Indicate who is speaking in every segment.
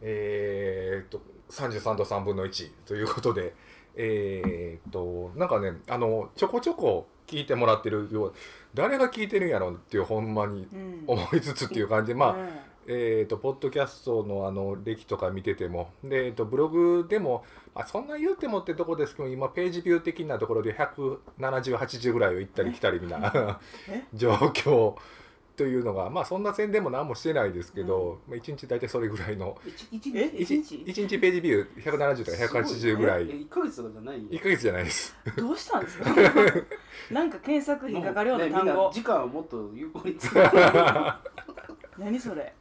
Speaker 1: えーっと33度3分の1ということで、えーっとなんかねあのちょこちょこ聞いてもらってるよう誰が聞いてるんやろっていうほんまに
Speaker 2: うん
Speaker 1: 思いつつっていう感じでまあ
Speaker 2: うん
Speaker 1: えー、とポッドキャストのあの歴とか見ててもで、えー、とブログでも、まあ、そんな言うてもってとこですけど今ページビュー的なところで17080ぐらいを行ったり来たりみたいな
Speaker 2: え
Speaker 1: 状況というのがまあそんな宣伝も何もしてないですけど、まあ、1日大体それぐらいの
Speaker 3: 一一
Speaker 2: え
Speaker 3: 日
Speaker 1: 1日1日ページビュー170とか180ぐらい
Speaker 3: え一ヶ月とかじゃないんや
Speaker 1: 1ヶ月じゃないです
Speaker 2: どうしたん ですかなんか検索引っかかるような単
Speaker 3: もねみん
Speaker 2: 語、
Speaker 3: な時間をもっと有効 に使う
Speaker 2: 何それ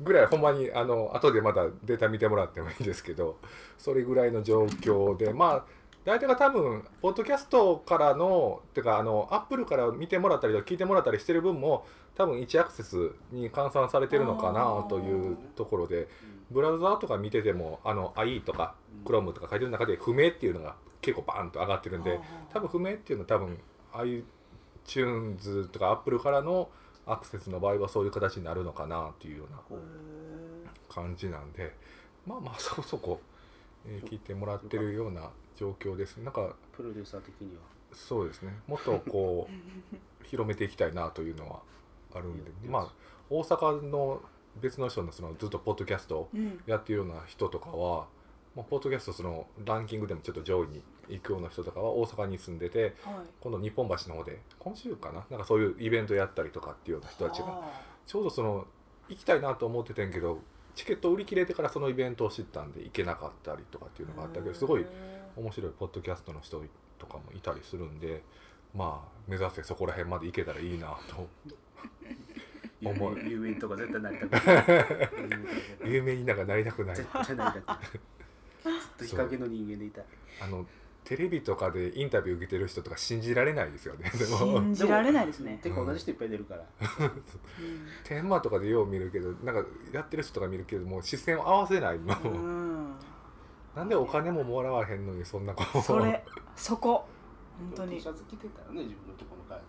Speaker 1: ぐらいほんまにあの後でまたデータ見てもらってもいいですけどそれぐらいの状況でまあ大体が多分ポッドキャストからのてかあのアップルから見てもらったりとか聞いてもらったりしてる分も多分1アクセスに換算されてるのか
Speaker 2: あ
Speaker 1: な
Speaker 2: ー
Speaker 1: というところでブラウザーとか見ててもあの IE とか Chrome とか書いてる中で不明っていうのが結構バーンと上がってるんで多分不明っていうのは多分 iTunes とか Apple からのアクセスの場合はそういう形になるのかなというような
Speaker 2: へー
Speaker 1: 感じなんでまあまあそこそこ、えー聞いてもらってるような状況ですなんか
Speaker 3: プロデューサー的には
Speaker 1: そうですねもっとこう広めていきたいなというのはあるんで
Speaker 3: いいです
Speaker 1: まあ大阪の別の人のそのずっとポッドキャストを
Speaker 2: うん
Speaker 1: やってるような人とかは、まあ、ポッドキャストそのランキングでもちょっと上位に行くような人とかは大阪に住んでて
Speaker 2: はい
Speaker 1: 今度日本橋の方で今週かななんかそういうイベントやったりとかっていうような人たちが
Speaker 2: あ
Speaker 1: ちょうどその行きたいなと思っててんけどチケット売り切れてからそのイベントを知ったんで行けなかったりとかって
Speaker 2: ー
Speaker 1: いうのがあったけどすごい
Speaker 2: へー
Speaker 1: 面白いポッドキャストの人とかもいたりするんでまあ目指せそこら辺まで行けたらいいなと思 う
Speaker 3: 有名とか絶対なりたくない
Speaker 1: 有名になんかなりたくない
Speaker 3: 絶対なりたくないずっと日陰の人間でいたい
Speaker 1: あのテレビとかでインタビュー受けてる人とか信じられないですよねでも
Speaker 2: 信じられないですね
Speaker 3: てか同じ人いっぱい出るから
Speaker 1: 天満とかでよう見るけどなんかやってる人とか見るけどもう視線を合わせないもう
Speaker 2: う
Speaker 1: んなんでお金ももらわへんのにそんなこ
Speaker 2: う
Speaker 1: と
Speaker 2: んそれそこ本当に
Speaker 3: シャツ着てたらね自分のところから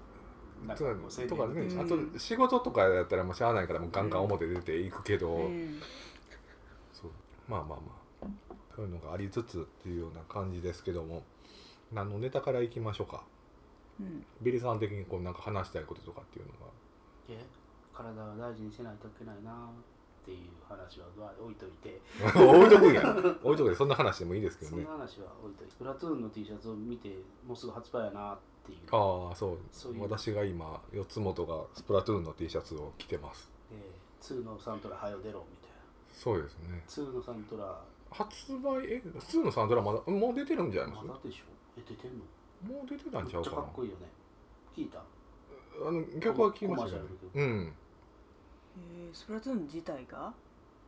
Speaker 3: なん
Speaker 1: とか
Speaker 3: こう
Speaker 1: とかね、
Speaker 2: うん
Speaker 1: あと仕事とかやったらもうしゃあないからもうガンガン表出ていくけど、
Speaker 2: うん
Speaker 1: そうまあまあまあそういうのがありつつっていうような感じですけども何のネタからいきましょうか
Speaker 2: うん
Speaker 1: ビリーさん的にこうなんか話したいこととかっていうのが
Speaker 3: いや体は大事にしないといけないなっていう話はまあ置いといて
Speaker 1: 置いとくんや置いとくでそんな話でもいいですけど
Speaker 3: そん
Speaker 1: ね
Speaker 3: な話は置いといてスプラトゥーンの T シャツを見てもうすぐ発売やなっていう
Speaker 1: ああそう
Speaker 3: そういう
Speaker 1: 私が今四つ元がスプラトゥーンの T シャツを着てます
Speaker 3: で2のサントラはよ出ろみたいな
Speaker 1: そうですね
Speaker 3: 2のサントラ
Speaker 1: 発売え普通のサンドラまだもう出てるんじゃないです
Speaker 3: まだでしょえ出てんの
Speaker 1: もう出てたんちゃ
Speaker 3: めっ
Speaker 1: う
Speaker 3: ちゃ
Speaker 1: か
Speaker 3: か
Speaker 1: な
Speaker 3: っこいいよね聞いた
Speaker 1: あの曲は聞きましたけど、ね
Speaker 3: コマーシャルの、曲
Speaker 1: うん
Speaker 2: えースプラトゥーン自体が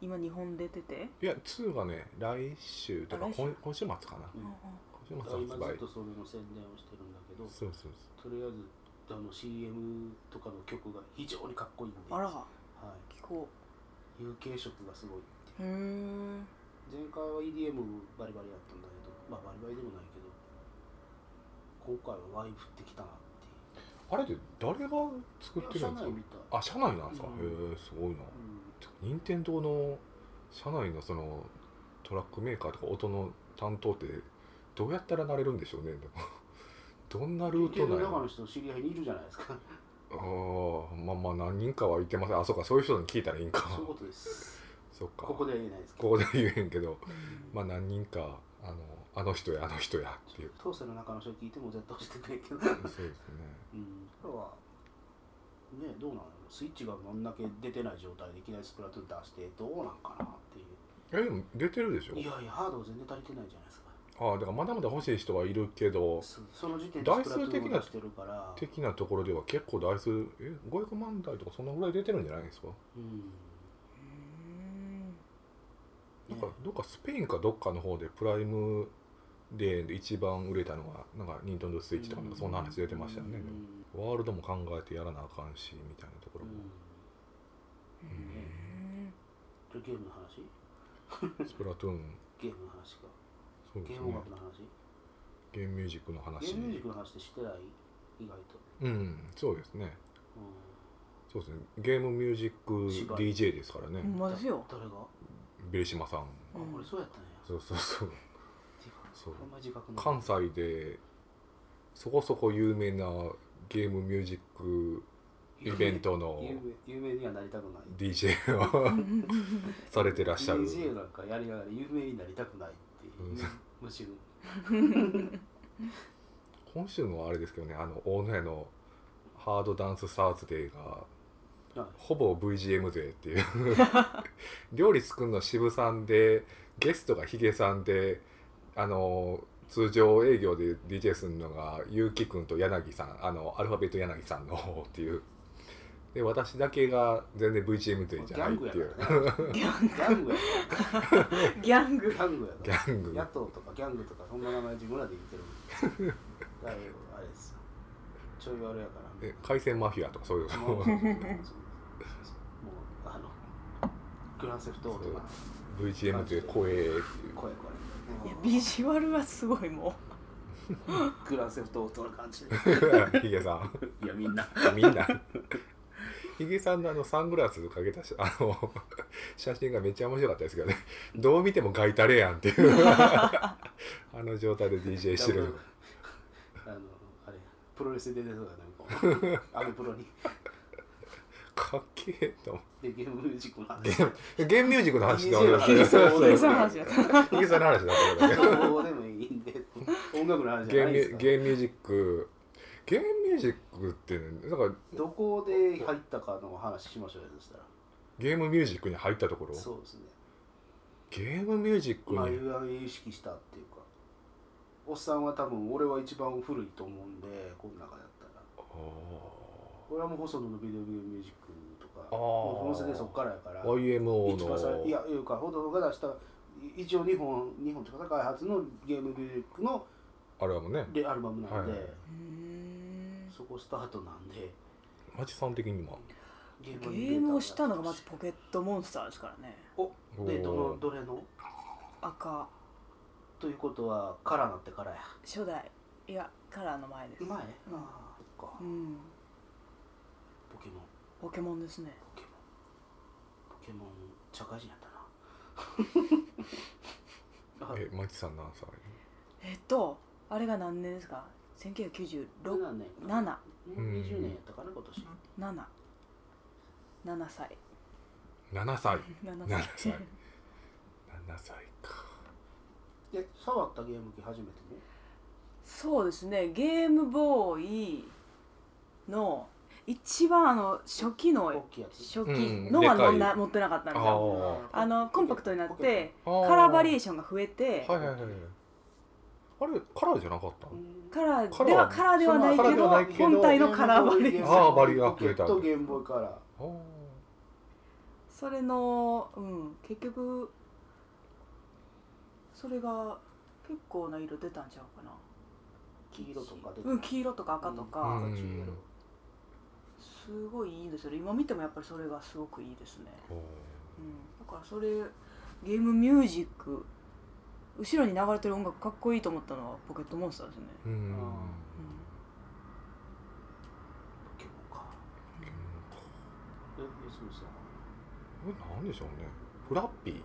Speaker 2: 今日本出てて
Speaker 1: いや、2がね、来週とか
Speaker 2: あ来週
Speaker 1: 今今週末かな。
Speaker 3: うん
Speaker 1: 今週末
Speaker 3: 今
Speaker 1: 発
Speaker 3: ず
Speaker 1: 売
Speaker 3: っ。とそれの宣伝をしてるんだけど
Speaker 1: そうそうそう。
Speaker 3: とりあえずあの CM とかの曲が非常にかっこいいんで、
Speaker 2: あら
Speaker 3: は
Speaker 2: 聞こ
Speaker 3: い、有形色がすごいっていう
Speaker 2: うへー
Speaker 3: 前回は EDM バリバリやったんだけどまあバリバリでもないけど今回はワイ振ってきたなっていう
Speaker 1: あれって誰が作って
Speaker 3: いや
Speaker 1: るんです
Speaker 3: 社内
Speaker 1: か
Speaker 3: みたい、
Speaker 1: あ、社内なんですか、
Speaker 3: うん
Speaker 1: へえ、すごいな。
Speaker 3: うん
Speaker 1: 任天堂の社内のそのトラックメーカーとか音の担当ってどうやったらなれるんでしょうね。でも どんなルート
Speaker 3: 聞い
Speaker 1: な
Speaker 3: てる
Speaker 1: んや
Speaker 3: 中の人知り合いにいるじゃないですか
Speaker 1: ああ、まあまあ何人かは言ってません。あ、そうか、そういう人に聞いたらいいんか。
Speaker 3: そういうことです
Speaker 1: そっか。
Speaker 3: ここでは言えないですけど
Speaker 1: ここで言えへんけど、
Speaker 2: うん
Speaker 1: まあ何人か、あの、あの人やあの人やっていう。
Speaker 3: 当社の中の人聞いても絶対してくれんけど
Speaker 1: そうですね。
Speaker 3: うん、これはねどうなのスイッチが真ん中出てない状態でいきなりスプラトゥーン出してどうなんかなっていう
Speaker 1: え、でも出てるでしょ
Speaker 3: いやいやハード全然足りてないじゃないですか
Speaker 1: ああだからまだまだ欲しい人はいるけど
Speaker 3: そその時点で
Speaker 1: 台
Speaker 3: ス
Speaker 1: 数
Speaker 3: プラトゥーン
Speaker 1: 的
Speaker 3: を
Speaker 1: な
Speaker 3: 出してるから
Speaker 1: 的なところでは結構台数え500万台とかそのぐらい出てるんじゃないですか、
Speaker 3: うん、
Speaker 2: うん
Speaker 1: なんかどっかスペインかどっかの方でプライムデーで一番売れたのがなんかニンテンドースイッチとかなんかそんな話出てましたよね
Speaker 3: う、ん
Speaker 1: ワールドも考えてやらなあかんしみたいなとこ
Speaker 3: う
Speaker 1: ろも、
Speaker 3: ん
Speaker 2: うん
Speaker 3: じゃあゲームの話
Speaker 1: スプラトゥーン
Speaker 3: ゲームの話か
Speaker 1: そうで
Speaker 3: ゲ
Speaker 1: す
Speaker 3: ー
Speaker 1: ね
Speaker 3: ム音楽の話
Speaker 1: ゲームミュージックの
Speaker 3: ゲ
Speaker 1: 話
Speaker 3: ームミュージックの話ってしてない意外と、
Speaker 1: うんそうですね
Speaker 3: う
Speaker 1: そうですねゲームミュージック
Speaker 3: 芝居
Speaker 1: DJ ですからね、
Speaker 2: ほんまですよ
Speaker 3: ん、誰が
Speaker 1: ベリシマさん
Speaker 3: あ
Speaker 2: うん
Speaker 3: これそうやったね
Speaker 1: そうそうそう そう
Speaker 3: あんま自覚ない
Speaker 1: 関西でそこそこ有名なゲームミュージックイベントの
Speaker 3: 有名有名にはなりたくない
Speaker 1: DJ を されてらっしゃる
Speaker 3: DJ なんかやりながら有名になりたくないっていう、むしろ
Speaker 1: 今週のあれですけどねあの大野屋のハードダンスサーズデーが
Speaker 3: はい
Speaker 1: ほぼ VGM 勢っていう 料理作るの渋さんでゲストがヒゲさんであの通常営業で DJ するのが結城くんと柳さんあのアルファベット柳さんの方っていうで私だけが全然 VGM 勢じゃないっていう
Speaker 3: ギャングやからね
Speaker 2: ギャンギャ
Speaker 3: ギャングや
Speaker 2: ン
Speaker 3: ギ
Speaker 2: グ
Speaker 3: ャング
Speaker 1: ギ
Speaker 3: やか
Speaker 1: ャング
Speaker 3: ら野党とかギャングとかそんな名前自分らで言ってる もんだいぶあれですよちょい悪やから
Speaker 1: え海鮮マフィアとかそういう
Speaker 3: もう
Speaker 1: の
Speaker 3: そうそうそうもうあのグランセフトールとか
Speaker 1: VGM 勢怖えっていう
Speaker 3: 声こ
Speaker 2: い
Speaker 3: れ
Speaker 2: やビジュアルはすごいも
Speaker 3: グランセフトートの感じ
Speaker 1: ヒゲさん
Speaker 3: いやみんな
Speaker 1: みんなヒゲさんのあのサングラスかけたしあの 写真がめっちゃ面白かったですけどねどう見てもガイタレやんって いうあの状態で DJ してる
Speaker 3: あのあれプロレスで出てそうだねなんかアメプロに
Speaker 1: かっけえと思
Speaker 3: でゲームミュージックの
Speaker 1: ゲ
Speaker 3: 話
Speaker 1: ームゲームミュージックの話で俺はヒ
Speaker 2: ヒ
Speaker 1: ゲ
Speaker 2: ゲ
Speaker 1: さ
Speaker 2: さ
Speaker 1: ん
Speaker 2: ん
Speaker 1: の
Speaker 2: の
Speaker 1: 話
Speaker 2: 話
Speaker 1: だ
Speaker 2: だ
Speaker 1: っ
Speaker 2: った
Speaker 1: けど ね
Speaker 3: どうでもいいんで音楽の話じ
Speaker 1: ゲー
Speaker 3: ゃない
Speaker 1: ム
Speaker 3: ん
Speaker 1: ミ
Speaker 3: で
Speaker 1: ュ
Speaker 3: すか
Speaker 1: ゲームミュージックゲームミュージックってねなんか
Speaker 3: どこで入ったかの話しましょうよそしたら
Speaker 1: ゲームミュージックに入ったところ
Speaker 3: そうですね
Speaker 1: ゲームミュージック
Speaker 3: まあ
Speaker 1: に
Speaker 3: UI 意識したっていうかおっさんは多分俺は一番古いと思うんでこの中だったら
Speaker 1: あ
Speaker 3: 俺はもう細野のビデオビデオミュージックとか
Speaker 1: あー
Speaker 3: もうその世でそっからやから
Speaker 1: ー YMO
Speaker 3: 一番最
Speaker 1: の
Speaker 3: いやいうか報道が出した一応日本日本とか開発のゲームミュージックの
Speaker 1: あれはもね
Speaker 3: レアルバムなんで、
Speaker 1: はいはいう
Speaker 2: うーん
Speaker 3: そこスタートなんで
Speaker 1: マチさん的にも
Speaker 3: ゲ
Speaker 2: ゲームをしたのがまずポケットモンスターですからね
Speaker 3: でど
Speaker 1: お
Speaker 3: の
Speaker 1: ー
Speaker 3: どれの
Speaker 2: 赤
Speaker 3: ということはカラーなってからや
Speaker 2: 初代いやカラーの前です
Speaker 3: 前、あ
Speaker 2: うん
Speaker 3: あそっか
Speaker 2: うん
Speaker 3: ポケモン
Speaker 2: ポケモンですね
Speaker 3: ポケモンポケモン社会人やった なあ
Speaker 1: えマチさん何歳
Speaker 2: えっとあれが何年ですか1996 7
Speaker 3: 7年
Speaker 2: 7
Speaker 3: 20年やったかな今年
Speaker 2: 7歳
Speaker 1: 7歳
Speaker 2: 7
Speaker 1: 7
Speaker 2: 歳
Speaker 1: 歳7歳か
Speaker 3: で触ったゲーム機初めてね
Speaker 2: そうですねゲームボーイの一番あの初期の
Speaker 3: 大きいやつ
Speaker 2: 初期のは
Speaker 1: うん
Speaker 2: もんな持ってなかったんですよ
Speaker 1: あ
Speaker 2: あのコンパクトになっ
Speaker 3: ポケ
Speaker 2: てカラーバリエ
Speaker 1: ー
Speaker 2: ーションが増えて
Speaker 1: はいはいはいはいあれカラーじゃなかった
Speaker 3: モン
Speaker 2: カラー
Speaker 1: カラー
Speaker 2: ではカラーではないけ
Speaker 1: カラーで
Speaker 2: ど
Speaker 1: はないけど
Speaker 2: 本体のカラーバリエーション
Speaker 1: あーバリが増えた
Speaker 3: とゲームボーイカラ
Speaker 1: あー
Speaker 2: それのうん結局それが結構な色出たんちゃうかな
Speaker 3: ー黄色とかで
Speaker 2: うん黄色とか赤とか、
Speaker 1: うん
Speaker 2: すごいいいですよね今見てもやっぱりそれがすごくいいですね、
Speaker 1: おー
Speaker 2: うん、だからそれゲームミュージック後ろに流れてる音楽かっこいいと思ったのはポケットモンスターですね、
Speaker 1: うーん
Speaker 3: ポケモンかえそうそう
Speaker 1: これ何でしょうねフラッピー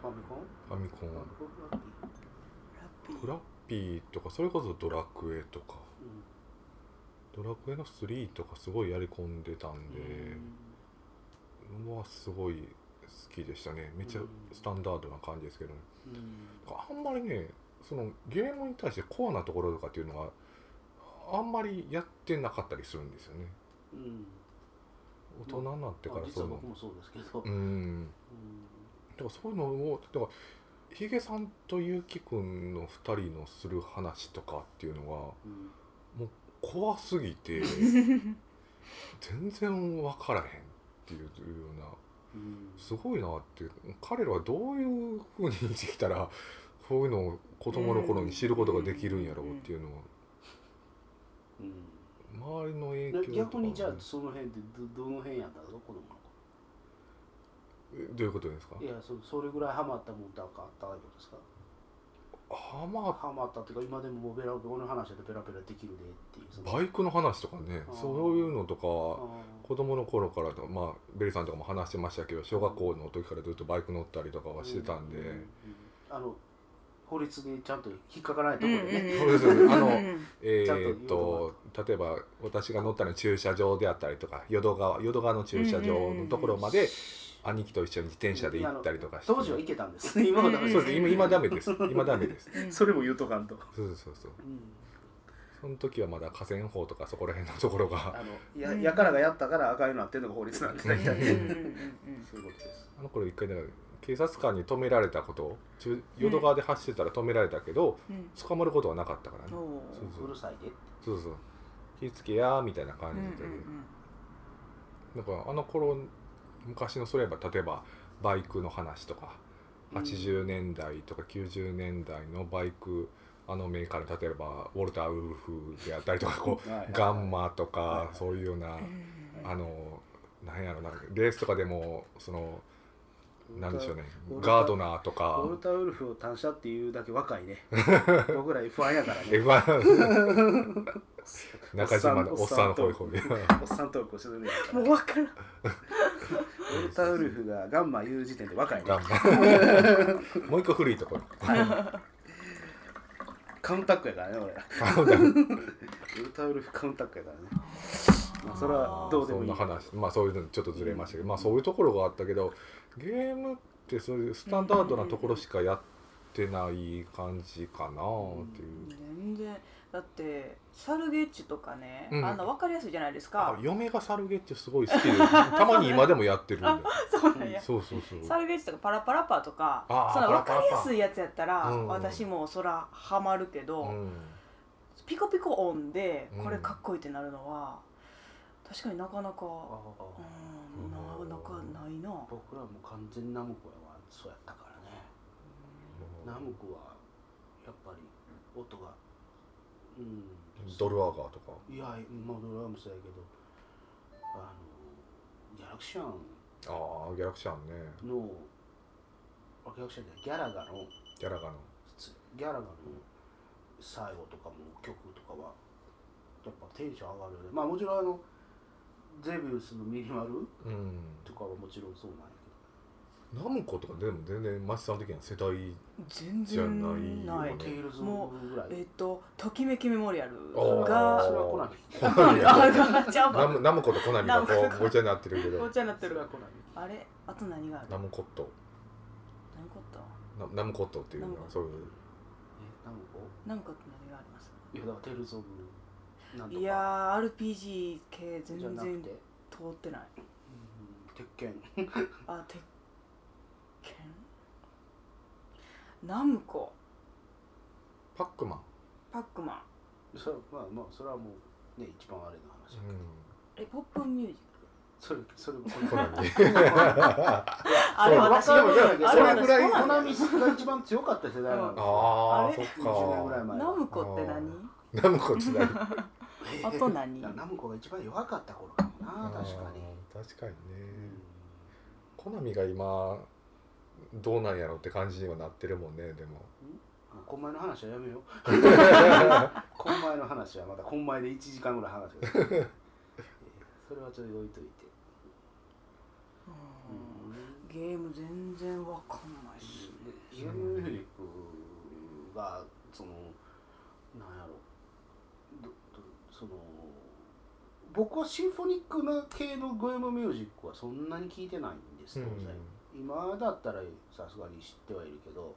Speaker 3: ファミコン
Speaker 1: ファミコン
Speaker 3: ファミコンフラッピー
Speaker 2: ラッ
Speaker 1: フ
Speaker 2: ピ
Speaker 1: ラ
Speaker 2: ー
Speaker 1: ッピーとかそれこそドラクエとか
Speaker 3: うん
Speaker 1: ドラクエの3とかすごいやり込んでたんでまあすごい好きでしたねめっちゃスタンダードな感じですけどね
Speaker 3: うんうん
Speaker 1: あんまりねそのゲームに対してコアなところとかっていうのがあんまりやってなかったりするんですよね
Speaker 3: うん
Speaker 1: 大人になってから
Speaker 3: まあ
Speaker 1: そ
Speaker 3: 実は
Speaker 1: の
Speaker 3: 僕もそうですけど、
Speaker 1: う
Speaker 3: うん
Speaker 1: んだからそういうのをだからヒゲさんとゆうきくんの2人のする話とかっていうのが
Speaker 3: うん
Speaker 1: 怖すぎ て全然分からへんっていうような
Speaker 3: うん
Speaker 1: すごいなって彼らはどういうふうに生きてきたらこういうのを子供の頃に知ることができるんやろうっていうのは
Speaker 3: うん
Speaker 1: 周りの影響
Speaker 3: で
Speaker 1: とか
Speaker 3: 逆にじゃあ
Speaker 1: ね
Speaker 3: その辺ってどどの辺やったの子供の
Speaker 1: えどういうことですか
Speaker 3: 頃いやそそれぐらいハマったもんなんかあったわけですか
Speaker 1: ハマ
Speaker 3: ハマったっていうか今でももうベラこの話でペラペラできるでっていうその
Speaker 1: バイクの話とかね
Speaker 3: あー
Speaker 1: そういうのとか
Speaker 3: あ
Speaker 1: は子供の頃からの、まあ、ベリさんとかも話してましたけど小学校の時からずっとバイク乗ったりとか
Speaker 3: ー
Speaker 1: はしてたんで、
Speaker 3: うううんあの法律にちゃんと引っかからないところでね、
Speaker 1: そうですよねあのえ
Speaker 3: ちゃんと言う
Speaker 1: ーっ
Speaker 3: こと
Speaker 1: 例えば私が乗ったのは駐車場であったりとか淀川淀川の駐車場のところまで兄貴と一緒に自転車で行ったりとかして
Speaker 3: 当時は行けたんです今はダメ
Speaker 1: そうです今今ダメです今ダメです
Speaker 2: うん
Speaker 3: それも言うとかんと、
Speaker 1: そうそうそう
Speaker 3: うん
Speaker 1: その時はまだ河川法とかそこら辺のところが
Speaker 3: あのややからがやったから赤いのなってんのが法律なんですね
Speaker 1: う
Speaker 3: み
Speaker 1: ん
Speaker 3: た
Speaker 2: う
Speaker 3: い
Speaker 2: ん
Speaker 3: な
Speaker 2: うんうん
Speaker 3: そう
Speaker 2: うん
Speaker 3: いうことです
Speaker 1: あの頃一回だから警察官に止められたこと中淀川で走ってたら止められたけど
Speaker 2: うんうん
Speaker 1: 捕まることはなかったからね
Speaker 2: おー
Speaker 1: そう
Speaker 3: うるさいで
Speaker 1: そうそう気付けやーみたいな感
Speaker 2: うんうん
Speaker 1: じで、なんかあの頃昔のそういえば例えばバイクの話とか
Speaker 3: うん
Speaker 1: 80年代とか90年代のバイクあのメーカーで例えばウォルター・ウルフであったりとかこ
Speaker 3: はいう
Speaker 1: ガンマと
Speaker 3: はい
Speaker 1: か
Speaker 3: はい
Speaker 1: そういうような
Speaker 2: うん
Speaker 1: あのなんやろなレースとかでもそのなんでしょうね
Speaker 3: ウォルター
Speaker 1: ガードナーと
Speaker 3: ウ
Speaker 1: か
Speaker 3: ォルターウルフを単車っていうだけ若い ね僕ら F1 やからね
Speaker 1: F1 中島のお
Speaker 3: お
Speaker 1: っ
Speaker 3: っ
Speaker 1: さ
Speaker 3: さ
Speaker 1: ん
Speaker 3: ん
Speaker 1: のホイホイ
Speaker 3: おっさんトークをしてるね
Speaker 2: もう分からん
Speaker 3: ウォルターウルフがガンマ言う時点で若いね
Speaker 1: ガンマもう一個古いところ
Speaker 3: カウンタックやからね俺ら
Speaker 1: あの
Speaker 3: ウォルターウルフカウンタックやからねまあ それはどうで
Speaker 1: そ
Speaker 3: もい
Speaker 1: ん
Speaker 3: い
Speaker 1: な話まあそういうのちょっとずれましたけど、まあそういうところがあったけどゲームってそういうスタンダードなところしかやってない感じかなっていう、
Speaker 2: 全然だってサルゲッチュとかね、
Speaker 1: うん
Speaker 2: あんな分かりやすいじゃないです
Speaker 1: あ
Speaker 2: か
Speaker 1: 嫁がサルゲってすごい好きで たまに今でもやってるんだよ
Speaker 2: そうなんや、
Speaker 1: そうそうそう
Speaker 2: サルゲッチュとかパラパラパーとか
Speaker 1: あー
Speaker 2: そんな
Speaker 1: パラ
Speaker 2: 分
Speaker 1: パラパ
Speaker 2: か
Speaker 1: ー
Speaker 2: りやすいやつやったら、
Speaker 1: うんうん
Speaker 2: 私もそらハマるけど、
Speaker 1: うん
Speaker 2: ピコピコ音で
Speaker 1: うん
Speaker 2: これかっこいいってなるのは、確かになかなか
Speaker 3: あ
Speaker 2: う
Speaker 3: あ
Speaker 2: んななかないな
Speaker 3: 僕らも完全にナムコやわそうやったからねナムコはやっぱり音がうん
Speaker 1: ドルアガーとか
Speaker 3: いやまあドラムそうやけどあのギャラクシアン
Speaker 1: ああギャラクシャンね
Speaker 3: のあギャラクシアンじゃないギャラガの
Speaker 1: ギャラガの
Speaker 3: ギャラガの最後とかも曲とかはやっぱテンション上がるよねまあもちろんあのゼビウスのミニマル
Speaker 1: うん
Speaker 3: とかはもちろんそうなんや
Speaker 1: ナムコとかでも全然マスさん的な世代
Speaker 2: 全
Speaker 1: じゃないよね
Speaker 2: 然ない
Speaker 3: けど、テイルズオブぐらい
Speaker 2: えっ、と「ときめきメモリアル
Speaker 1: あー
Speaker 2: が」
Speaker 3: それはコナミ
Speaker 1: コナミ
Speaker 2: あ
Speaker 1: や
Speaker 2: がジャ
Speaker 1: ナ
Speaker 2: ン
Speaker 1: ムナムコとコナミがこうごちゃになってるけ
Speaker 2: プ ご
Speaker 1: ど
Speaker 2: ちゃになって
Speaker 3: それ
Speaker 2: る
Speaker 3: はコナミ
Speaker 2: あれあと何がある
Speaker 1: ナ
Speaker 2: 何
Speaker 1: ムコット
Speaker 2: かあっ
Speaker 1: ナナムコットっていうのはそういう
Speaker 3: えナムコ
Speaker 2: たなんかって何があります
Speaker 3: いやだからテイルズオブなんとか
Speaker 2: いやー RPG 系全
Speaker 3: じゃなく
Speaker 2: 然
Speaker 3: て
Speaker 2: 通ってない
Speaker 3: うん鉄拳
Speaker 2: あ鉄拳ナムコ
Speaker 1: パックマン
Speaker 2: パックマン
Speaker 3: それはまあまあそれはもうね一番あれの話やけ
Speaker 2: え
Speaker 3: ど、
Speaker 2: ポップミュージック
Speaker 3: それそれも
Speaker 1: コナミ
Speaker 2: あれ
Speaker 1: そう
Speaker 2: 私
Speaker 1: でもでも
Speaker 2: あれ
Speaker 1: それぐらい
Speaker 2: 私
Speaker 3: コ
Speaker 2: そうな
Speaker 3: ナ
Speaker 2: んだ
Speaker 3: ミ
Speaker 2: よ
Speaker 3: が一番強かった世代なんですよ、
Speaker 1: あ
Speaker 2: あ
Speaker 1: あ
Speaker 2: れ
Speaker 1: そっ
Speaker 3: 20年ぐらい
Speaker 1: か
Speaker 3: 前
Speaker 2: ナムコって何
Speaker 1: ナムコ時 代
Speaker 3: え
Speaker 2: あ
Speaker 3: ー
Speaker 2: と何
Speaker 3: いやナムコが一番弱かった頃かもな確かに、
Speaker 1: あー確かにね
Speaker 3: うん
Speaker 1: コナミが今どうなんやろって感じにはなってるもんねでも
Speaker 3: あコンマイの話はやめようコンマイの話はまたコンマイで1時間ぐらい話が えーそれはちょっと置いといて、
Speaker 2: うん
Speaker 3: うん
Speaker 2: ゲーム全然わかんないっすね
Speaker 3: ゲームミュージックがそのなんやろどどその僕はシンフォニックな系のゲームミュージックはそんなに聞いてないんです当然、今だったらさすがに知ってはいるけど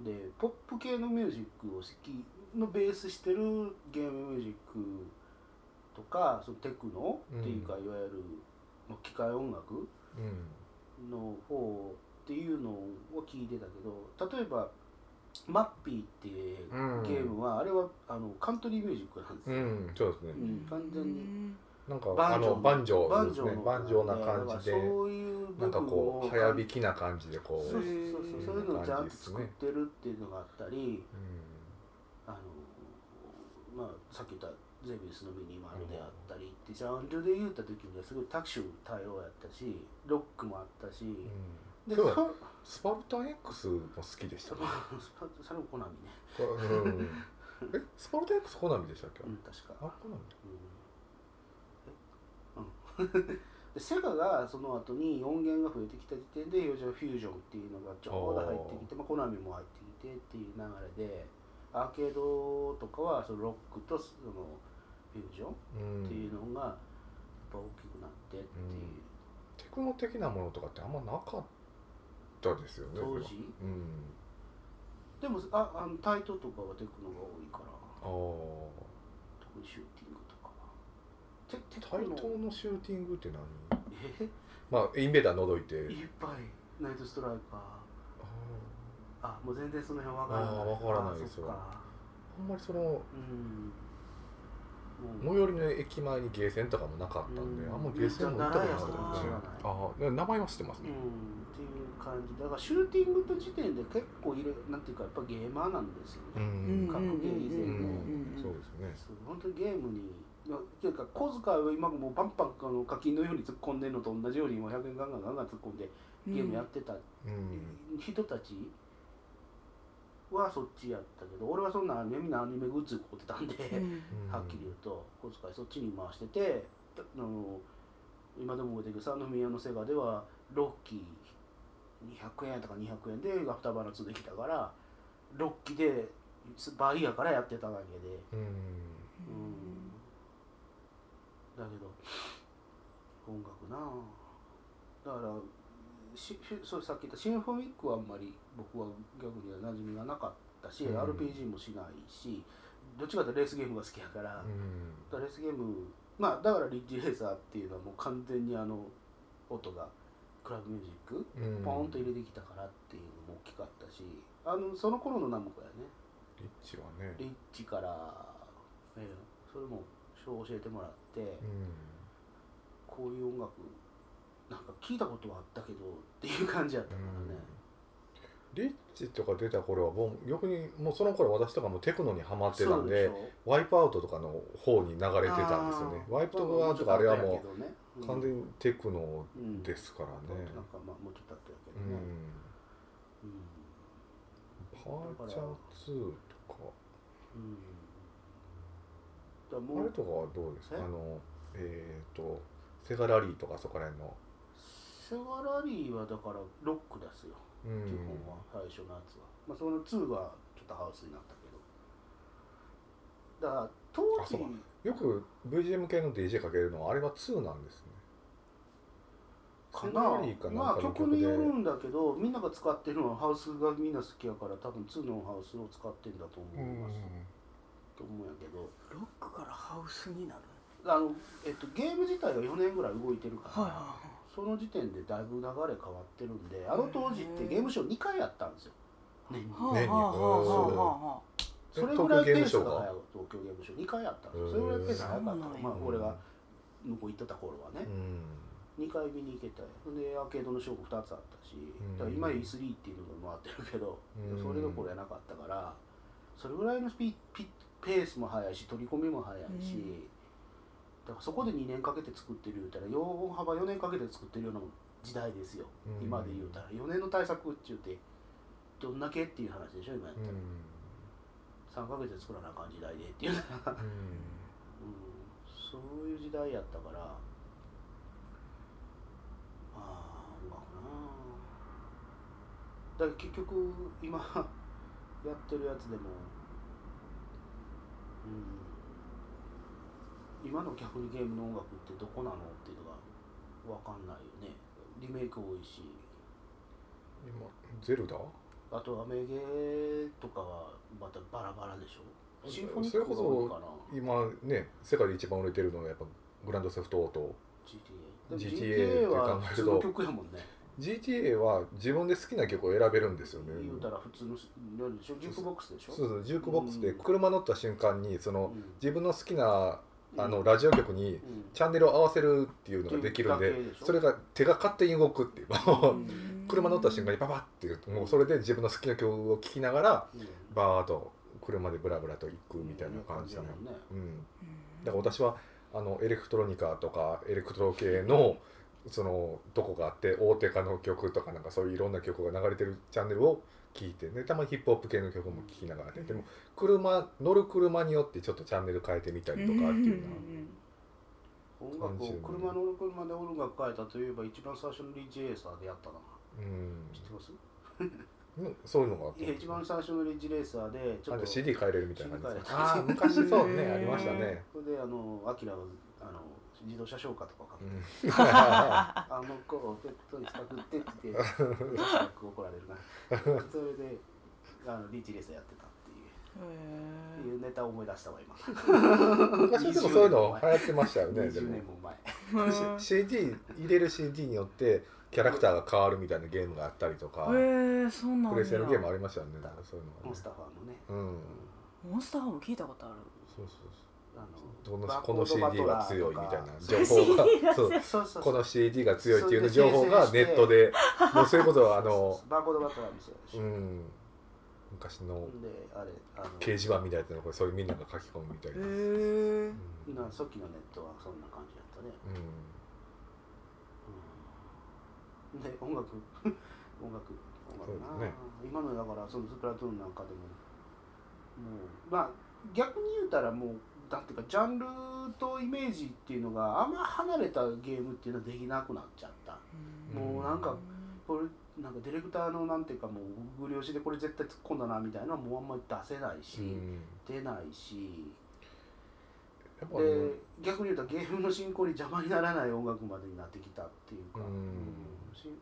Speaker 3: でポップ系のミュージックを好きのベースしてるゲームミュージックとかそのテクノっていうか、いわゆるまあ機械音楽、
Speaker 1: うん
Speaker 3: の方っていうのを聞いてたけど例えば「マッピー」っていう
Speaker 1: うん
Speaker 3: ゲームは、あれはあのカントリーミュージックなんです
Speaker 1: う
Speaker 3: よ、
Speaker 1: んそうですね
Speaker 3: うん完全に
Speaker 2: うん
Speaker 1: なんか
Speaker 3: バ
Speaker 1: あ
Speaker 3: ンジョー
Speaker 1: のバンジョーですね
Speaker 3: の
Speaker 1: バンジョーな感じ
Speaker 3: だ
Speaker 1: で
Speaker 3: からそういう
Speaker 1: な
Speaker 3: 部
Speaker 1: んか
Speaker 3: 分
Speaker 1: こ
Speaker 3: を
Speaker 1: う早弾きな感じで
Speaker 3: そう
Speaker 1: こ
Speaker 3: そう
Speaker 1: う
Speaker 3: そううそういうのをちゃんと作ってるっていうのがあったり、
Speaker 1: ん
Speaker 3: あのまあ、さっき言ったゼビウスのミニマルであったりってジャンルで言うた時にはすごいタクシュ多様やったしロックもあったし、
Speaker 1: う
Speaker 3: で
Speaker 1: そう
Speaker 3: そ
Speaker 1: スパルタン X も好きでした ね。
Speaker 3: スパそれもコナミね
Speaker 1: これうん、えスパルタン X コナミでしたっけ、
Speaker 3: うん確か
Speaker 1: あコナミ
Speaker 3: うんえうん でセガがその後に音源が増えてきた時点で「ジョフュージョン」っていうのがちょうど入ってきて、まあ、コナミも入ってきてっていう流れでアーケードとかはそのロックとそのフュージョン
Speaker 1: う、
Speaker 3: っていうんのがやっぱ大きくなってっていう、
Speaker 1: テクノ的なものとかってあんまなかったですよね。
Speaker 3: 当時
Speaker 1: うん、
Speaker 3: でもああのタイトとかはテクノが多いから
Speaker 1: あー
Speaker 3: 特にシューティングとかはテテク
Speaker 1: 対
Speaker 3: ノ
Speaker 1: 等のシューティングって何
Speaker 3: え
Speaker 1: まあインベーダー覗いて。
Speaker 3: いっぱいナイトストライカー
Speaker 1: あー
Speaker 3: あもう全然その辺わからない
Speaker 1: あーわからないですよ
Speaker 3: あそっか
Speaker 1: あんまりその
Speaker 3: うん
Speaker 1: 最寄りの駅前にゲーセンとかもなかったんで、
Speaker 3: うん
Speaker 1: あんまゲーセンも行ったことなかったんで
Speaker 2: じゃ
Speaker 1: ああ名前は知ってます
Speaker 3: う
Speaker 1: ね
Speaker 3: ん、っていう感じだからシューティングと時点で結構いるなんていうかやっぱゲーマーなんですよ
Speaker 1: う
Speaker 3: ね、
Speaker 1: ん
Speaker 3: 格ゲー以前
Speaker 1: う
Speaker 3: うん
Speaker 2: うん
Speaker 1: そうですね
Speaker 3: そう本当にゲームにまあっていうか小遣いを今もうバンバンあの課金のように突っ込んでるのと同じようにもう100円ガンガンガンガン突っ込んでゲームやってた
Speaker 1: うん
Speaker 3: 人たちはそっちやったけど俺はそんなみんなアニメグッズ買ってたんで、
Speaker 2: うん
Speaker 1: うん
Speaker 3: はっきり言うと小遣いそっちに回しててたあの今でも覚えてるけど三宮のセガではロッキー200円やったか200円でアフターバーナー2できたからロッキーで倍やからやってただけで
Speaker 1: うん
Speaker 3: うんだけど音楽なあだからししそうさっき言ったシンフォニックはあんまり僕は逆には馴染みがなかったし、
Speaker 1: うん
Speaker 3: RPG もしないしどっちかというとレースゲームが好きやから、
Speaker 1: うん
Speaker 3: レースゲームまあだからリッジレーサーっていうのはもう完全にあの音がクラブミュージック
Speaker 1: うん
Speaker 3: ポーンと入れてきたからっていうのも大きかったしあのその頃のナムコやね
Speaker 1: リッチはね
Speaker 3: リッチから、ええそれも教えてもらって、
Speaker 1: う
Speaker 3: こういう音楽なんか聞いたことはあったけどっていう感じやった
Speaker 1: ん
Speaker 3: からね、
Speaker 1: リッチとか出た頃はもう逆にもうその頃私とかもテクノにハマってた
Speaker 3: そ
Speaker 1: ん
Speaker 3: うで
Speaker 1: で
Speaker 3: しょ
Speaker 1: ワイプアウトとかの方に流れてたんですよねワイプアウトとかあれはもう完全にテクノ
Speaker 3: に
Speaker 1: ですから
Speaker 3: ね
Speaker 1: ね
Speaker 3: なんかまあもうちょっとあったけ
Speaker 1: う
Speaker 3: どね、
Speaker 1: んパーチャー2とか
Speaker 3: うんうんだから
Speaker 1: あ
Speaker 3: も
Speaker 1: れ
Speaker 3: う
Speaker 1: とかはどうですか
Speaker 3: え
Speaker 1: あのえっ、とセガラリーとかそこら辺の、
Speaker 3: セガラリーはだからロックですよ、
Speaker 1: うん
Speaker 3: 基本は最初のやつはまあその2がちょっとハウスになったけどだから当
Speaker 1: あ
Speaker 3: 時
Speaker 1: そうよく VGM 系の DJ かけるのはあれは2なんですね
Speaker 3: か
Speaker 1: セ
Speaker 3: な
Speaker 1: ガラリーかなん
Speaker 3: ま
Speaker 1: か
Speaker 3: あ
Speaker 1: の
Speaker 3: 曲
Speaker 1: 曲
Speaker 3: に
Speaker 1: で、
Speaker 3: よるんだけどみんなが使ってるのはハウスがみんな好きやから多分2のハウスを使ってんだと思
Speaker 1: う
Speaker 3: います、
Speaker 1: ん
Speaker 3: と思うんやけど
Speaker 2: ロックからハウスになる
Speaker 3: あの、えっと、ゲーム自体が4年ぐらい動いてるから、
Speaker 2: はいは
Speaker 3: その時点でだいぶ流れ変わってるんであの当時ってゲームショー2回やったんですよ年に
Speaker 2: いはい
Speaker 1: ね
Speaker 2: はあはあはあはあ
Speaker 3: それぐらいペースが
Speaker 1: 東京ゲームショーが
Speaker 3: 早い東京ゲームショー2回やったんで
Speaker 1: へ
Speaker 3: す
Speaker 1: ー
Speaker 3: よそれぐらいペース早かっ
Speaker 2: そう
Speaker 3: た
Speaker 2: なんや
Speaker 3: まあ俺が向こう行ってた頃はね
Speaker 1: う、ん
Speaker 3: 2回見に行けたよでアーケードのショーも2つあったし、
Speaker 1: ん
Speaker 3: だから今 E3 っていうのが回ってるけど、
Speaker 1: うん
Speaker 3: それどころやなかったからそれぐらいのスピピペースも速いし取り込みも速いし、
Speaker 2: うん
Speaker 3: だからそこで2年かけて作ってる言うたら4幅4年かけて作ってるような時代ですよ、
Speaker 1: うん
Speaker 3: 今で言うたら4年の対策っちゅうてどんだけっていう話でしょ今やった
Speaker 1: うん
Speaker 3: ら、3ヶ月で作らなあかん時代でっていううんそういう時代やったからまあ音楽なだから結局今 やってるやつでもうん今の逆にゲームの音楽ってどこなのっていうのが分かんないよねリメイク多いし
Speaker 1: 今ゼルダ
Speaker 3: あとアメゲーとかはまたバラバラでしょシンフォニッ
Speaker 1: それ
Speaker 3: ク
Speaker 1: こ
Speaker 3: が
Speaker 1: そ
Speaker 3: 多いかな
Speaker 1: 今ね世界で一番売れてるのはやっぱグランドセフトオート
Speaker 3: GTA で
Speaker 1: GTA って考える
Speaker 3: も
Speaker 1: と
Speaker 3: は普通の曲やもんね
Speaker 1: GTA は自分で好きな曲を選べるんですよね
Speaker 3: 言うたら普通のやるでしょジュークボックスでしょ
Speaker 1: そうそうジュークボックスで
Speaker 3: うん
Speaker 1: 車乗った瞬間にその
Speaker 3: うん
Speaker 1: 自分の好きなあの
Speaker 3: うん
Speaker 1: ラジオ局にチャンネルを合わせるっていうのができるん
Speaker 3: っ
Speaker 1: で
Speaker 3: ていうだけでしょ
Speaker 1: それが手が勝手に動くっていう
Speaker 3: う
Speaker 1: も
Speaker 3: ん
Speaker 1: う車乗った瞬間にパパッてもうそれで自分の好きな曲を聴きながら
Speaker 3: うん
Speaker 1: バーッと車でブラブラと行くみたいな感じだね、
Speaker 3: うん
Speaker 1: うん、
Speaker 2: うん
Speaker 1: だから私はあのエレクトロニカとかエレクトロ系のそのとこがあって大手化の曲とかなんかそういういろんな曲が流れてるチャンネルを聞いてねたまにヒップホップ系の曲も聴きながらねでも車乗る車によってちょっとチャンネル変えてみたりとかっていうのは
Speaker 3: 音楽を
Speaker 1: 30
Speaker 3: 車の車で音楽変えたといえば一番最初のリッジレーサーでやったな知ってます
Speaker 1: うんうんそういうのがあっ
Speaker 3: いや一番
Speaker 1: て
Speaker 3: 最初のリッジレーサーでちょ
Speaker 1: あ
Speaker 3: っ
Speaker 1: と
Speaker 3: と
Speaker 1: CD 変えれるみたいな感じ
Speaker 3: CD 変えれる
Speaker 1: ああ昔そう
Speaker 2: う
Speaker 1: ね
Speaker 2: ん
Speaker 1: ありましたね
Speaker 3: それであのアキラはあの自動車消火とかかけ
Speaker 1: う
Speaker 3: て、
Speaker 1: ん
Speaker 3: あの子ペットに使ってって 言ってよく怒られるなそれであのリッチレーサーやってたっていう
Speaker 2: へ
Speaker 3: いうネタを思い出したわ今
Speaker 1: 昔でもそういうの流行ってましたよねで
Speaker 3: 20
Speaker 1: も
Speaker 3: 年も前
Speaker 1: し
Speaker 2: ー
Speaker 1: CD 入れる CD によってキャラクターが変わるみたいなゲームがあったりとか、
Speaker 2: へえそうなん
Speaker 1: プ
Speaker 2: だ
Speaker 1: レステのゲームありましたよねなんかそういうのが
Speaker 3: モン
Speaker 1: ね
Speaker 3: スターファンのね
Speaker 1: うん
Speaker 2: モンスターハーも聞いたことある
Speaker 1: そうそう
Speaker 3: あ
Speaker 1: そうど
Speaker 3: バ
Speaker 1: の
Speaker 3: ー
Speaker 1: こ
Speaker 3: コ
Speaker 1: の
Speaker 3: ードバト
Speaker 1: CD
Speaker 3: ラ
Speaker 1: は
Speaker 3: ー
Speaker 1: 強い
Speaker 3: と
Speaker 1: み
Speaker 3: か
Speaker 1: たいな情報がそう
Speaker 3: そうそう
Speaker 1: こ
Speaker 3: そう
Speaker 1: の CD が強いっていうの情報がネットでもうそれこそあの
Speaker 3: バーコードバトラーもそうやし、
Speaker 1: う
Speaker 3: で
Speaker 1: ん昔の
Speaker 3: あれあの
Speaker 1: 掲示板みたいなところそういうみんなが書き込むみたいな、うん
Speaker 2: へえ
Speaker 3: なさっきのネットはそんな感じだったね、うん、で音楽 音楽音楽
Speaker 1: そう
Speaker 3: な、
Speaker 1: ですね
Speaker 3: 今のだからそのスプラトゥーンなんかでももうまあ逆に言うたらもうなんていうかジャンルとイメージっていうのがあんま離れたゲームっていうのはできなくなっちゃったもうなんかこれなんかディレクターのなんていうかもうグリ押しでこれ絶対突っ込んだなみたいなのはもうあんまり出せないし、
Speaker 1: うんうん
Speaker 3: 出ないし
Speaker 1: やっぱあの
Speaker 3: で逆に言うとゲームの進行に邪魔にならない音楽までになってきたっていうか、
Speaker 1: うん
Speaker 3: しい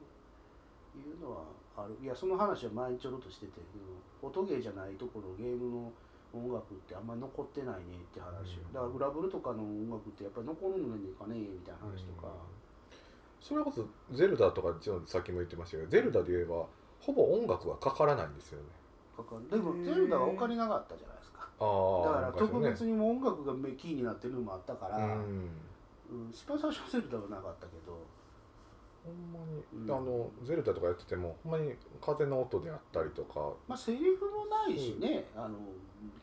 Speaker 3: うのはあるいやその話は前にちょろっとしててうん音ゲーじゃないところゲームの音楽ってあんまり残ってないねって話を、
Speaker 1: うん
Speaker 3: だからグラブルとかの音楽ってやっぱり残るのにいかねえみたいな話とか、
Speaker 1: それこそゼルダとかちょっとさっきも言ってましたけどゼルダで言えばほぼ音楽はかからないんですよね
Speaker 3: かかるでも
Speaker 2: へえ
Speaker 3: ゼルダはお金なかったじゃないですか
Speaker 1: あ
Speaker 3: だ
Speaker 1: あ
Speaker 3: から特別にもう音楽がメキーになってるのもあったから、
Speaker 1: うん
Speaker 3: うん、一番最初のゼルダはなかったけど
Speaker 1: ほんまに、
Speaker 3: うん
Speaker 1: あのゼルダとかやっててもほんまに風の音であったりとか
Speaker 3: まあセリフもないしね、あの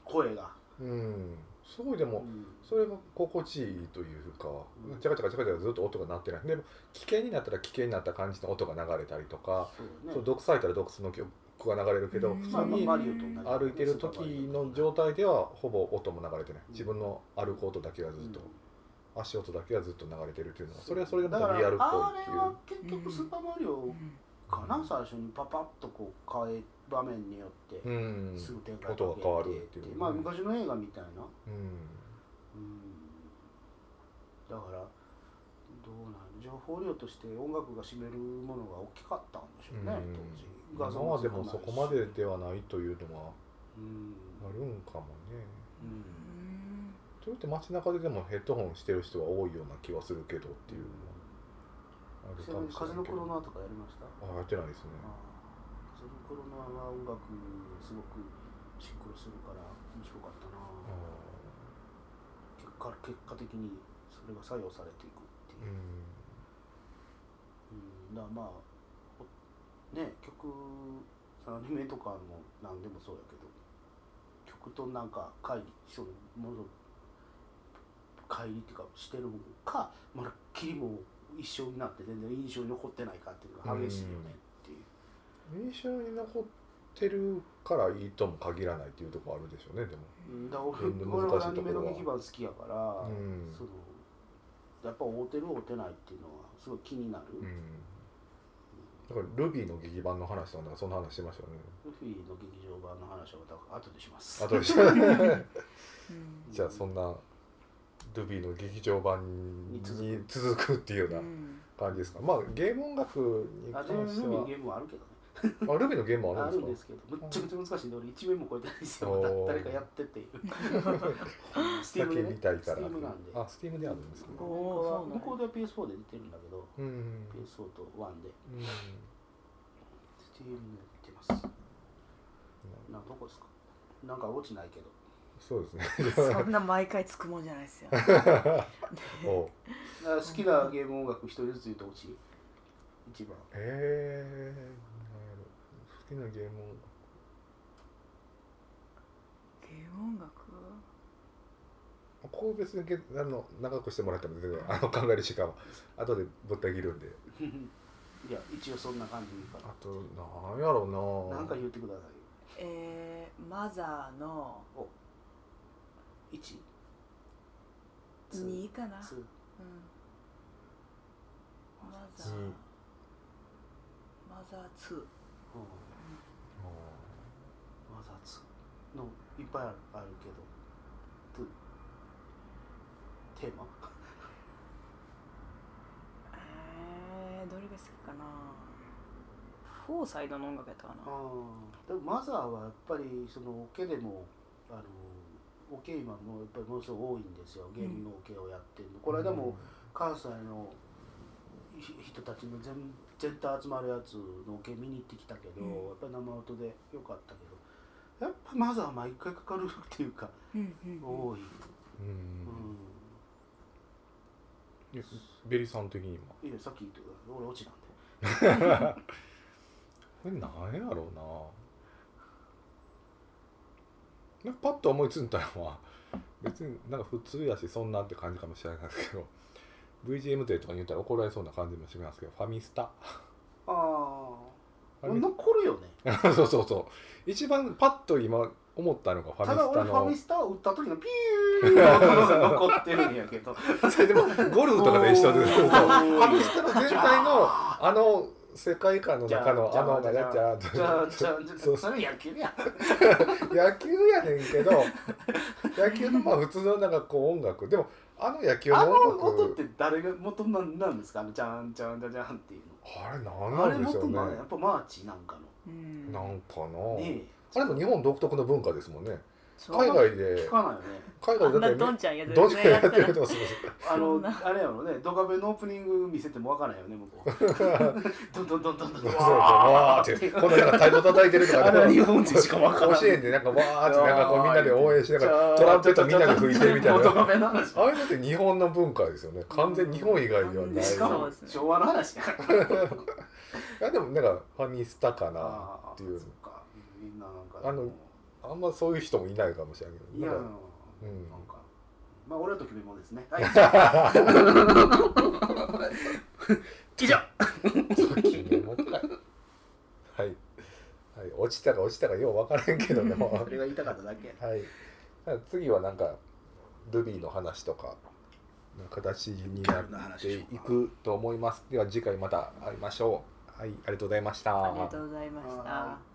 Speaker 3: 声が。
Speaker 1: うんすごいでも、
Speaker 3: うん
Speaker 1: それが心地いいというか
Speaker 3: うん
Speaker 1: チャカチャカチャカチャカずっと音が鳴ってないでも危険になったら危険になった感じの音が流れたりとか、
Speaker 3: そうね
Speaker 1: そう毒されたら毒の曲が流れるけど、
Speaker 2: うん
Speaker 1: 普通
Speaker 3: まあまあ
Speaker 1: に
Speaker 3: マリオと同じだね
Speaker 1: 歩いてる時の状態ではほぼ音も流れてない
Speaker 3: うん
Speaker 1: 自分の歩く音だけがずっと、足音だけがずっと流れてるっていうのはそれはそれで
Speaker 3: だ
Speaker 1: また
Speaker 3: から
Speaker 1: リアルっぽいっていう
Speaker 3: あれは結局スーパーマリオかな、
Speaker 1: うん
Speaker 3: 最初にパパッとこう変え場面によって
Speaker 1: うん
Speaker 3: すぐ展開
Speaker 1: 音が変わるっていうね
Speaker 3: まあ昔の映画みたいな、
Speaker 1: う
Speaker 3: うん、だからどうなん情報量として音楽が占めるものが大きかったんでしょうね、
Speaker 1: うん
Speaker 3: 当
Speaker 1: ん
Speaker 3: 時
Speaker 1: 今までもそこまでではないというのは
Speaker 3: うん
Speaker 1: あるんかもね
Speaker 3: うん
Speaker 1: というと街中ででもヘッドホンしてる人は多いような気はするけどっていうのはある
Speaker 3: ち
Speaker 1: か
Speaker 3: なみ
Speaker 1: もし
Speaker 3: に風
Speaker 1: れないけ
Speaker 3: の
Speaker 1: ど
Speaker 3: クロノアとかやりました
Speaker 1: あやってないですね
Speaker 3: その頃のは音楽すごくシンクロするから面白かった
Speaker 1: あ
Speaker 3: な結果結果的にそれが作用されていくって
Speaker 1: ーう
Speaker 3: い
Speaker 1: ん
Speaker 3: う、うんだからまあおね曲アニメとかも何でもそうやけど曲となんか乖離そのもの乖離っていうかしてるかまるっきりもう一緒になって全然印象に残ってないかっていうのが激しいよねっていう、
Speaker 1: 印象に残ってるからいいとも限らないっていうところあるでしょうねでも
Speaker 3: うんだから俺
Speaker 1: 全然
Speaker 3: 俺
Speaker 1: 難し
Speaker 3: はいアニメ
Speaker 1: ところ
Speaker 3: の
Speaker 1: は
Speaker 3: 劇版好きやから、
Speaker 1: うん
Speaker 3: そのやっぱ合うてる合うてないっていうのはすごい気になる、
Speaker 1: う
Speaker 3: ル
Speaker 1: んだからルビーの劇版の話とかなんかそんな話してましたよね
Speaker 3: フィの劇場版の話はまた後でします
Speaker 1: あとで した
Speaker 2: うん
Speaker 1: じゃあそんなルビーの劇場版に続くっていうような感じですか、まあゲーム音楽に
Speaker 3: あ
Speaker 1: 関
Speaker 3: でもル
Speaker 1: して
Speaker 3: ビー
Speaker 1: は
Speaker 3: のゲームはあるけどね
Speaker 1: あルビーのゲームあ
Speaker 3: あ
Speaker 1: る
Speaker 3: る
Speaker 1: ん
Speaker 3: ん
Speaker 1: で
Speaker 3: ですすけどむっちゃくちゃ難しいんで俺一面も超えてないですよ
Speaker 1: お
Speaker 3: ま
Speaker 1: ー
Speaker 3: た誰かやってっていうステ
Speaker 1: か
Speaker 3: ィームで
Speaker 1: 先
Speaker 3: ね
Speaker 1: 見たいから
Speaker 3: Steam なんで
Speaker 1: あスティームであるんですね
Speaker 3: 向
Speaker 2: おー
Speaker 3: こうは
Speaker 2: そうなん
Speaker 3: 向
Speaker 2: や
Speaker 3: こうでは PS4 で出てるんだけど
Speaker 1: うん、
Speaker 3: PS4 と1で
Speaker 1: うん、
Speaker 3: スティームで出てますなどこですかなんか落ちないけど
Speaker 1: そうですね
Speaker 2: そんな毎回つくもんじゃないですよ
Speaker 1: お
Speaker 3: だから好きなゲーム音楽一人ずつ言うと落ちる一番
Speaker 1: えー、なんやろ好きなゲーム音楽
Speaker 2: ゲーム音楽
Speaker 1: ここ別にけあの長くしてもらっても全然あの考える時間は後でぶった切るんで
Speaker 3: いや一応そんな感じか
Speaker 1: あとなんやろう
Speaker 3: ら
Speaker 1: な
Speaker 3: なんか言ってくださいよ
Speaker 2: えー、マザーの
Speaker 3: 一ツー
Speaker 2: 2かな、
Speaker 3: ツー
Speaker 2: うん、マザー
Speaker 1: に
Speaker 2: マザー2
Speaker 3: うん
Speaker 1: う
Speaker 3: 摩擦のいっぱいあるけどとテーマ
Speaker 2: えー、どれが好きかなフォーサイドの音楽やったか
Speaker 3: あ
Speaker 2: な
Speaker 3: あでもマザーはやっぱりそのオケでもあのオケ今もやっぱりものすごい多いんですよゲームのオケをやってるの、この間も関西のひ人たちの全全体集まるやつのオケ見に行ってきたけど、
Speaker 2: うん
Speaker 3: やっぱり生音でよかったけどやっぱマザーは毎回かかるっていうか
Speaker 2: うんうんうん
Speaker 3: 多い、
Speaker 1: うん、
Speaker 3: う
Speaker 1: えベリーさん的には
Speaker 3: ん、いやさっき言ってください俺落ちなんで
Speaker 1: これなんやろうななんかパッと思いついたのは別になんか普通やしそんなって感じかもしれないですけど VGM 勢とかに言ったら怒られそうな感じもしますけどファミスタ
Speaker 3: ああ
Speaker 1: ファミ
Speaker 3: 残るよね
Speaker 1: そうそうそう一番パッと今思ったのがファ
Speaker 3: ただ
Speaker 1: ミス
Speaker 3: 俺
Speaker 1: タ
Speaker 3: ファ
Speaker 1: の
Speaker 3: ミスタを打った時のピュー の音が残ってるんやけど
Speaker 1: それでもゴルフとかで一緒でそうそうファミスタの全体のあの世界観の中の
Speaker 3: じゃ
Speaker 1: あ
Speaker 3: あ
Speaker 1: のがやっちゃう
Speaker 3: じゃあじゃあじ
Speaker 1: そ
Speaker 3: ゃ
Speaker 1: う
Speaker 3: あそれ野球や
Speaker 1: 野球やねんけど野球のまあ普通のなんかこう音楽でもあの野球
Speaker 3: あ
Speaker 1: の
Speaker 3: の
Speaker 1: 音
Speaker 3: 音っ
Speaker 1: 楽
Speaker 3: て誰が元なんなんですかあのじゃんじゃんじゃんじゃんっていう
Speaker 1: あれ
Speaker 3: のあ
Speaker 1: 何
Speaker 3: れ
Speaker 1: なんでしょ
Speaker 3: 元
Speaker 1: うね
Speaker 3: なんややっぱマーチなんか
Speaker 2: うん
Speaker 1: なんか
Speaker 3: の
Speaker 1: な、
Speaker 3: ね
Speaker 1: あれも日本独特の文化ですもんね
Speaker 2: そう
Speaker 1: 海外で
Speaker 3: 聞かないよね
Speaker 1: 海
Speaker 2: あ
Speaker 1: 外
Speaker 2: ん
Speaker 1: だ
Speaker 2: な
Speaker 1: って
Speaker 2: ドンちゃんや
Speaker 1: どっちかやってる
Speaker 2: ら
Speaker 1: とする
Speaker 3: あ
Speaker 2: そ
Speaker 3: の
Speaker 2: んな
Speaker 3: あれやろねドカベンのオープニング見せてもわからんよね向こ うどんどんどんどんどん
Speaker 1: そ
Speaker 3: ど
Speaker 1: うんそうわーってこんななんか太鼓叩いてるとか
Speaker 3: あれは日
Speaker 1: ね
Speaker 3: 本でしかわからん
Speaker 1: 甲子園でなんかわーってなんかこうみんなで応援しながらトランペットみんなで吹いてるみたい
Speaker 3: 元
Speaker 1: な
Speaker 3: カメの話
Speaker 1: ああいうのって日本の文化ですよね完全に日本以外ではない
Speaker 3: しかも
Speaker 2: そうですね
Speaker 3: 昭和の話やから
Speaker 1: いやでもなんかファミスタかな
Speaker 3: あ
Speaker 1: っていう
Speaker 3: そっかみんななんか
Speaker 1: あのあんまそういう人もいないかもしれないけ
Speaker 3: い
Speaker 1: ど
Speaker 3: や
Speaker 1: な
Speaker 3: なん
Speaker 1: か
Speaker 3: んかまあ俺はときめもですねはい 以上
Speaker 1: 君もかいはい、はい、落ちたか落ちたかよう分からんけどでも
Speaker 3: それが言いたかっただけ
Speaker 1: はい次はなんかルビーの話とかの形になっていくと思いますでは次回また会いましょうはいありがとうございました
Speaker 2: ありがとうございました
Speaker 3: は